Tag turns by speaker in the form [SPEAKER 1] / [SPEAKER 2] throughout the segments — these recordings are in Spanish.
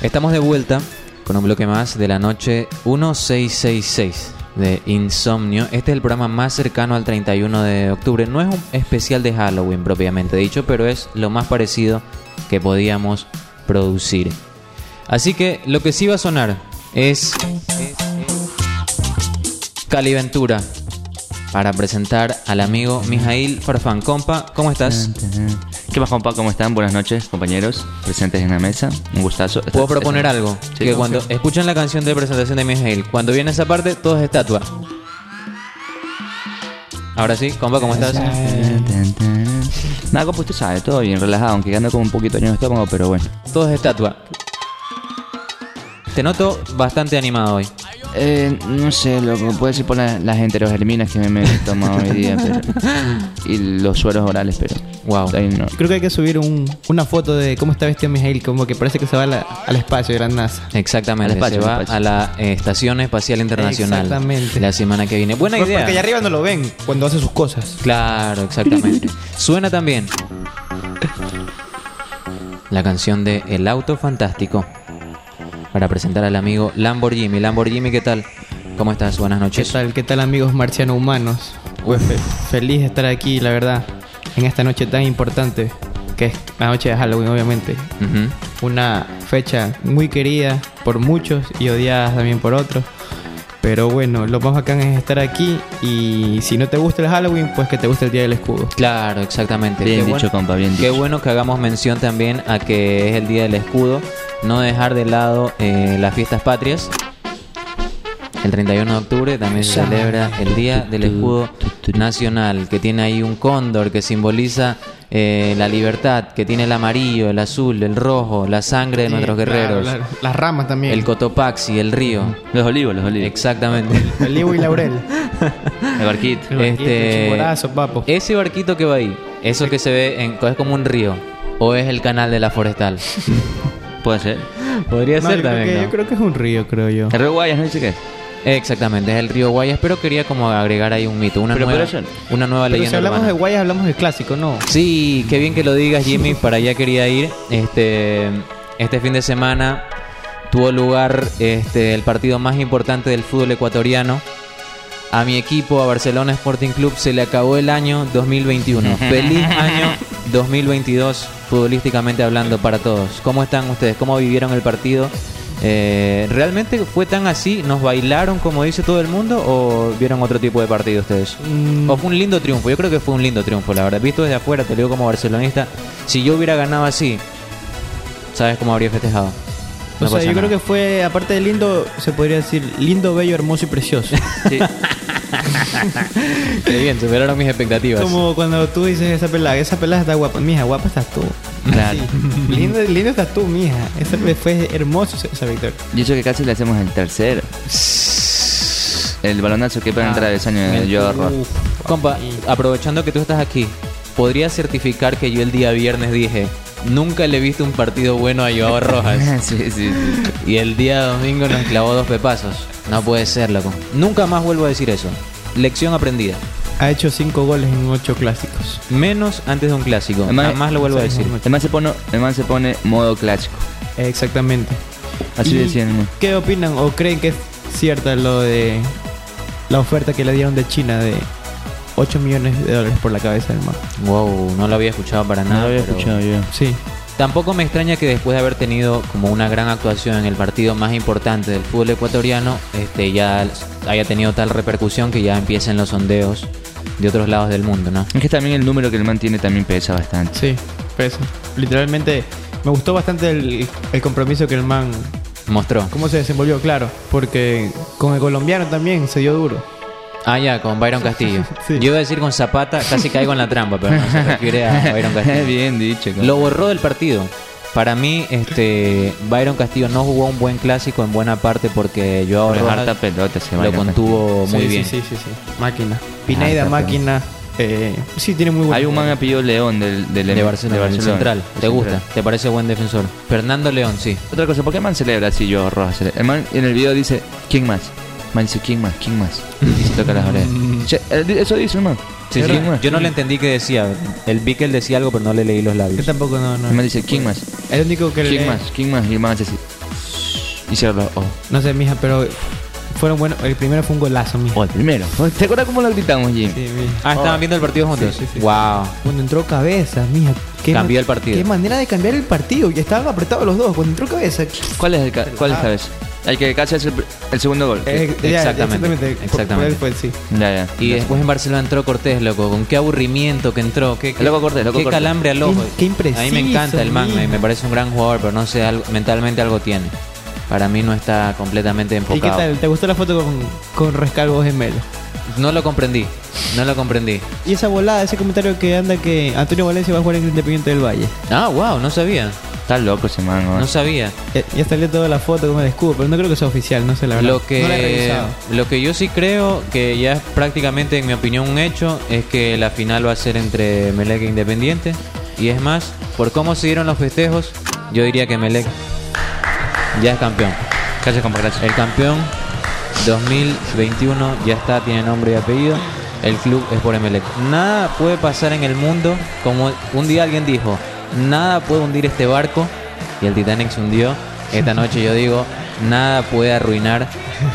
[SPEAKER 1] Estamos de vuelta con un bloque más de la noche 1666 de Insomnio. Este es el programa más cercano al 31 de octubre. No es un especial de Halloween propiamente dicho, pero es lo más parecido que podíamos producir. Así que lo que sí va a sonar es Caliventura para presentar al amigo Mijail Farfán. Compa, ¿cómo estás?
[SPEAKER 2] ¿Qué más, compa? ¿Cómo están? Buenas noches, compañeros presentes en la mesa. Un gustazo.
[SPEAKER 1] Puedo proponer algo. que cuando escuchan la canción de presentación de Mijail, cuando viene esa parte, todo es estatua. Ahora sí, compa, ¿cómo estás?
[SPEAKER 2] Nada, compa, usted sabe, todo bien, relajado, aunque ando con un poquito de estómago, pero bueno.
[SPEAKER 1] Todo es estatua. Te noto bastante animado hoy.
[SPEAKER 2] Eh, no sé, loco, puede ser por la- las enterogerminas que me, me he tomado hoy día, pero- y los sueros orales, pero...
[SPEAKER 1] Wow.
[SPEAKER 2] Ahí no.
[SPEAKER 3] Creo que hay que subir un- una foto de cómo está vestido Mijail, como que parece que se va a la- al espacio de la NASA.
[SPEAKER 1] Exactamente,
[SPEAKER 2] Al espacio,
[SPEAKER 1] se va
[SPEAKER 2] al espacio.
[SPEAKER 1] a la eh, Estación Espacial Internacional
[SPEAKER 3] Exactamente.
[SPEAKER 1] la semana que viene.
[SPEAKER 2] Pues
[SPEAKER 1] Buena
[SPEAKER 3] Porque
[SPEAKER 1] idea.
[SPEAKER 3] allá arriba no lo ven cuando hace sus cosas.
[SPEAKER 1] Claro, exactamente. Suena también la canción de El Auto Fantástico para presentar al amigo Lamborghini. Lamborghini, ¿qué tal? ¿Cómo estás? Buenas
[SPEAKER 3] ¿Qué
[SPEAKER 1] noches.
[SPEAKER 3] tal, qué tal amigos marciano humanos? Pues, fe- feliz de estar aquí, la verdad, en esta noche tan importante, que es la noche de Halloween, obviamente.
[SPEAKER 1] Ujú.
[SPEAKER 3] Una fecha muy querida por muchos y odiada también por otros. Pero bueno, lo más bacán es estar aquí y si no te gusta el Halloween, pues que te guste el Día del Escudo.
[SPEAKER 1] Claro, exactamente.
[SPEAKER 2] Bien
[SPEAKER 1] Qué
[SPEAKER 2] dicho,
[SPEAKER 1] bueno-
[SPEAKER 2] compa, bien
[SPEAKER 1] Qué
[SPEAKER 2] dicho.
[SPEAKER 1] bueno que hagamos mención también a que es el Día del Escudo. No dejar de lado eh, las fiestas patrias. El 31 de octubre también se celebra el Día del Escudo Nacional, que tiene ahí un cóndor que simboliza eh, la libertad, que tiene el amarillo, el azul, el rojo, la sangre de nuestros
[SPEAKER 3] Claro,
[SPEAKER 1] guerreros,
[SPEAKER 3] la- las ramas también.
[SPEAKER 1] el Cotopaxi, el río.
[SPEAKER 2] Los olivos, los olivos.
[SPEAKER 1] Exactamente.
[SPEAKER 3] El Ivo y Laurel.
[SPEAKER 2] El barquito.
[SPEAKER 3] El barquito, el chimborazo, papo.
[SPEAKER 1] Este, Ese barquito que va ahí, eso que se ve en, es como un río, o es el canal de la forestal.
[SPEAKER 2] Puede ser.
[SPEAKER 1] Podría
[SPEAKER 3] No,
[SPEAKER 1] ser
[SPEAKER 3] yo, creo
[SPEAKER 1] también.
[SPEAKER 3] que,
[SPEAKER 1] ¿no?
[SPEAKER 3] yo creo que es un río, creo yo.
[SPEAKER 2] El río Guayas, no dice qué es.
[SPEAKER 1] Exactamente, es el río Guayas, pero quería como agregar ahí un mito, una
[SPEAKER 2] Pero
[SPEAKER 1] nueva,
[SPEAKER 2] puede ser.
[SPEAKER 1] una nueva
[SPEAKER 3] Pero
[SPEAKER 1] leyenda.
[SPEAKER 3] si hablamos de
[SPEAKER 1] urbana.
[SPEAKER 3] Guayas, hablamos de clásico, ¿no?
[SPEAKER 1] Sí, qué bien que lo digas, Jimmy. Para allá quería ir. Este, este fin de semana tuvo lugar este, el partido más importante del fútbol ecuatoriano. A mi equipo, a Barcelona Sporting Club, se le acabó el año 2021. Feliz año 2022, futbolísticamente hablando, para todos. ¿Cómo están ustedes? ¿Cómo vivieron el partido? Eh, ¿Realmente fue tan así? ¿Nos bailaron como dice todo el mundo o vieron otro tipo de partido ustedes?
[SPEAKER 3] Mm.
[SPEAKER 1] ¿O fue un lindo triunfo? Yo creo que fue un lindo triunfo, la verdad. Visto desde afuera, te lo digo como barcelonista, si yo hubiera ganado así, ¿sabes cómo habría festejado?
[SPEAKER 3] O
[SPEAKER 1] No
[SPEAKER 3] sea,
[SPEAKER 1] pasa
[SPEAKER 3] yo
[SPEAKER 1] nada.
[SPEAKER 3] creo que fue, aparte de lindo, se podría decir lindo, bello, hermoso y precioso.
[SPEAKER 2] Sí.
[SPEAKER 1] Qué bien, superaron mis expectativas.
[SPEAKER 3] Como cuando tú dices esa pelada, esa pelada está guapa. Mija, guapa estás tú.
[SPEAKER 2] Claro.
[SPEAKER 3] Sí. lindo, lindo estás tú, mija. Esa fue hermoso esa- esa victoria.
[SPEAKER 2] Y eso que casi le hacemos el tercer. El balonazo que pega en el travesaño de Yorro.
[SPEAKER 3] Uf.
[SPEAKER 1] Compa, aprovechando que tú estás aquí, ¿podría certificar que yo el día viernes dije, nunca le he visto un partido bueno a Joao Rojas?
[SPEAKER 2] sí, sí, sí.
[SPEAKER 1] y el día domingo nos clavó dos pepazos. No puede ser, loco. Nunca más vuelvo a decir eso. Lección aprendida.
[SPEAKER 3] Ha hecho cinco goles en ocho clásicos.
[SPEAKER 1] Menos antes de un clásico.
[SPEAKER 2] Además-
[SPEAKER 1] Jamás lo vuelvo a decir.
[SPEAKER 2] El man se pone, el man se pone modo clásico.
[SPEAKER 3] Exactamente.
[SPEAKER 2] Así
[SPEAKER 3] ¿Y
[SPEAKER 2] decían. el man.
[SPEAKER 3] ¿Qué opinan o creen que es cierta lo de la oferta que le dieron de China de 8 millones de dólares por la cabeza del man?
[SPEAKER 1] Wow, no lo había escuchado para nada. pero-
[SPEAKER 2] yo.
[SPEAKER 3] Sí.
[SPEAKER 1] Tampoco me extraña que después de haber tenido como una gran actuación en el partido más importante del fútbol ecuatoriano, este ya haya tenido tal repercusión que ya empiecen los sondeos de otros lados del mundo, ¿no?
[SPEAKER 2] Es que también el número que el man tiene también pesa bastante.
[SPEAKER 3] Sí, peso. Literalmente me gustó bastante el, el compromiso que el man,
[SPEAKER 1] Mostró.
[SPEAKER 3] cómo se desenvolvió, claro, porque con el colombiano también se dio duro.
[SPEAKER 1] Ah, ya, con Byron Castillo.
[SPEAKER 3] Sí.
[SPEAKER 1] Yo iba a decir con Zapata, casi caigo en la trampa, pero no se refiere a Byron Castillo.
[SPEAKER 2] Bien dicho. compa.
[SPEAKER 1] Lo borró del partido. Para mí, este Byron Castillo no jugó un buen clásico en buena parte porque yo
[SPEAKER 2] Por
[SPEAKER 1] ahora
[SPEAKER 2] harta pelota se va.
[SPEAKER 1] lo contuvo muy
[SPEAKER 3] Sí,
[SPEAKER 1] bien.
[SPEAKER 3] Sí, sí, sí, sí. Máquina.
[SPEAKER 2] Oh, Ah,
[SPEAKER 3] Pineda,
[SPEAKER 2] está
[SPEAKER 3] máquina. Eh, sí, tiene muy buen.
[SPEAKER 2] pues. Hay un man apellido León del, del
[SPEAKER 1] De Barcelona,
[SPEAKER 2] de
[SPEAKER 1] el central.
[SPEAKER 2] El
[SPEAKER 1] ¿Te gusta?
[SPEAKER 2] central.
[SPEAKER 1] ¿Te parece buen defensor? Fernando León, sí.
[SPEAKER 2] Otra cosa, ¿por qué el man celebra así yo, Rojas? El man en el video dice, ¿quién más? Man dice, ¿quién más? ¿Quién más? Y se toca las orejas. Che, él di- Eso dice, man.
[SPEAKER 1] Sí, sí. Yo no le entendí qué decía. El vi que él decía algo, pero no le leí los
[SPEAKER 3] Yo
[SPEAKER 1] labios.
[SPEAKER 3] tampoco no, no.
[SPEAKER 2] El man dice, ¿quién más?
[SPEAKER 3] El único que
[SPEAKER 2] ¿Quién
[SPEAKER 3] le-
[SPEAKER 2] más? ¿Quién más? Y el man hace así. y cierro los ojos.
[SPEAKER 3] No sé, mija, pero fueron buenos. El primero fue un golazo, mija.
[SPEAKER 2] O el primero. ¿Te acuerdas cómo lo gritamos, Jim?
[SPEAKER 3] Sí, mija.
[SPEAKER 1] Ah, estaban viendo el partido juntos.
[SPEAKER 3] Sí, sí, sí.
[SPEAKER 1] Wow.
[SPEAKER 3] Cuando entró cabeza, mija. qué
[SPEAKER 1] Cambió
[SPEAKER 3] ma-
[SPEAKER 1] el partido.
[SPEAKER 3] Qué manera de cambiar el partido. Ya estaban apretados los dos. Cuando entró cabeza. eh,
[SPEAKER 2] ¿Cuál es el ca- cuál es
[SPEAKER 3] Ah.
[SPEAKER 2] la vez? El que cacha es el, pr- el segundo gol.
[SPEAKER 3] Eh, ya,
[SPEAKER 1] exactamente,
[SPEAKER 3] Exactamente. Por- por
[SPEAKER 1] exactamente.
[SPEAKER 3] él fue, sí.
[SPEAKER 2] Ya, ya.
[SPEAKER 1] Y después en Barcelona entró Cortés, loco. Con qué aburrimiento que entró. Qué, qué-
[SPEAKER 2] Loco Cortés, loco
[SPEAKER 1] qué
[SPEAKER 2] Cortés.
[SPEAKER 1] calambre al ojo.
[SPEAKER 3] Qué- qué impreciso,
[SPEAKER 1] A mí me encanta el man.
[SPEAKER 3] mijo.
[SPEAKER 1] Me parece un gran jugador, pero no sé, algo- mentalmente algo tiene. Para mí no está completamente
[SPEAKER 3] ¿Y qué
[SPEAKER 1] enfocado.
[SPEAKER 3] tal? ¿Te gustó la foto con, con Rescalvo Gemelo?
[SPEAKER 1] No lo comprendí. No lo comprendí.
[SPEAKER 3] Y esa volada, ese comentario que anda que Antonio Valencia va a jugar en Independiente del Valle.
[SPEAKER 1] Ah, wow, no sabía.
[SPEAKER 2] Está loco ese man, ¿no?
[SPEAKER 1] No sabía.
[SPEAKER 3] Ya, ya salió toda la foto como el escudo, pero no creo que sea oficial, no sé la verdad.
[SPEAKER 1] Lo
[SPEAKER 3] No la he
[SPEAKER 1] que,
[SPEAKER 3] revisado.
[SPEAKER 1] lo que yo sí creo, que ya es prácticamente en mi opinión un hecho, es que la final va a ser entre Melec e Independiente. Y es más, por cómo se dieron los festejos, yo diría que Melec ya es campeón.
[SPEAKER 2] Gracias, compa, gracias.
[SPEAKER 1] El campeón 2021 ya está, tiene nombre y apellido. El club es por Emelec. Nada puede pasar en el mundo, como un día alguien dijo, nada puede hundir este barco y el Titanic se hundió. Esta noche yo digo, nada puede arruinar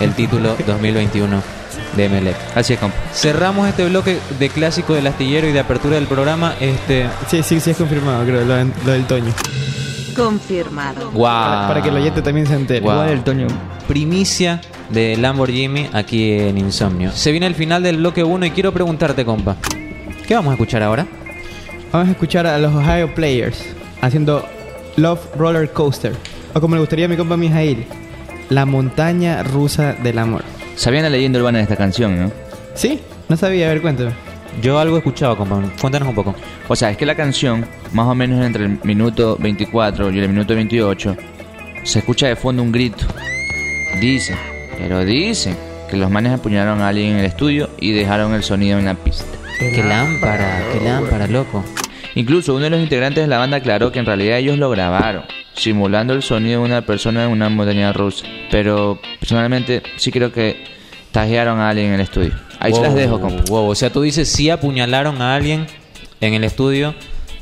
[SPEAKER 1] el título 2021 de Emelec.
[SPEAKER 2] Así es, compa.
[SPEAKER 1] Cerramos este bloque de clásico del astillero y de apertura del programa. Este,
[SPEAKER 3] Sí, sí, sí es confirmado, creo, lo, lo del Toño.
[SPEAKER 4] Confirmado.
[SPEAKER 1] wow.
[SPEAKER 3] Para, para que el oyente también se entere.
[SPEAKER 1] Ah. Guau.
[SPEAKER 3] Igual el Toño.
[SPEAKER 1] primicia de Lamborghini aquí en Insomnio. Se viene el final del bloque 1 y quiero preguntarte, compa. ¿Qué vamos a escuchar ahora?
[SPEAKER 3] Vamos a escuchar a los Ohio Players haciendo Love Roller Coaster. O como le gustaría a mi compa Mijail, la montaña rusa del amor.
[SPEAKER 2] Sabían la leyenda urbana de esta canción, ¿no?
[SPEAKER 3] ¿Sí? No sabía, a ver, cuéntame.
[SPEAKER 1] Yo algo he escuchado, compa. Cuéntanos un poco.
[SPEAKER 2] O sea, es que la canción, más o menos entre el minuto 24 y el minuto 28, se escucha de fondo un grito. Dicen, pero dicen que los manes apuñalaron a alguien en el estudio y dejaron el sonido en la pista.
[SPEAKER 1] Qué lámpara, qué lámpara, loco.
[SPEAKER 2] Incluso uno de los integrantes de la banda aclaró que en realidad ellos lo grabaron, simulando el sonido de una persona en una montaña rusa. Pero personalmente sí creo que tajearon a alguien en el estudio. Ahí se las
[SPEAKER 1] Wow,
[SPEAKER 2] dejo, compa.
[SPEAKER 1] wow. O sea, tú dices sí apuñalaron a alguien en el estudio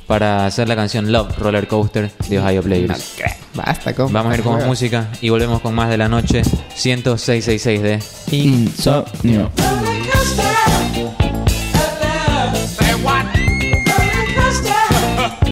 [SPEAKER 1] para hacer la canción Love Roller Coaster de Ohio Players.
[SPEAKER 3] Basta, compa.
[SPEAKER 1] Vamos a ir con música y volvemos con más de la noche 10666 de
[SPEAKER 3] Insomnio.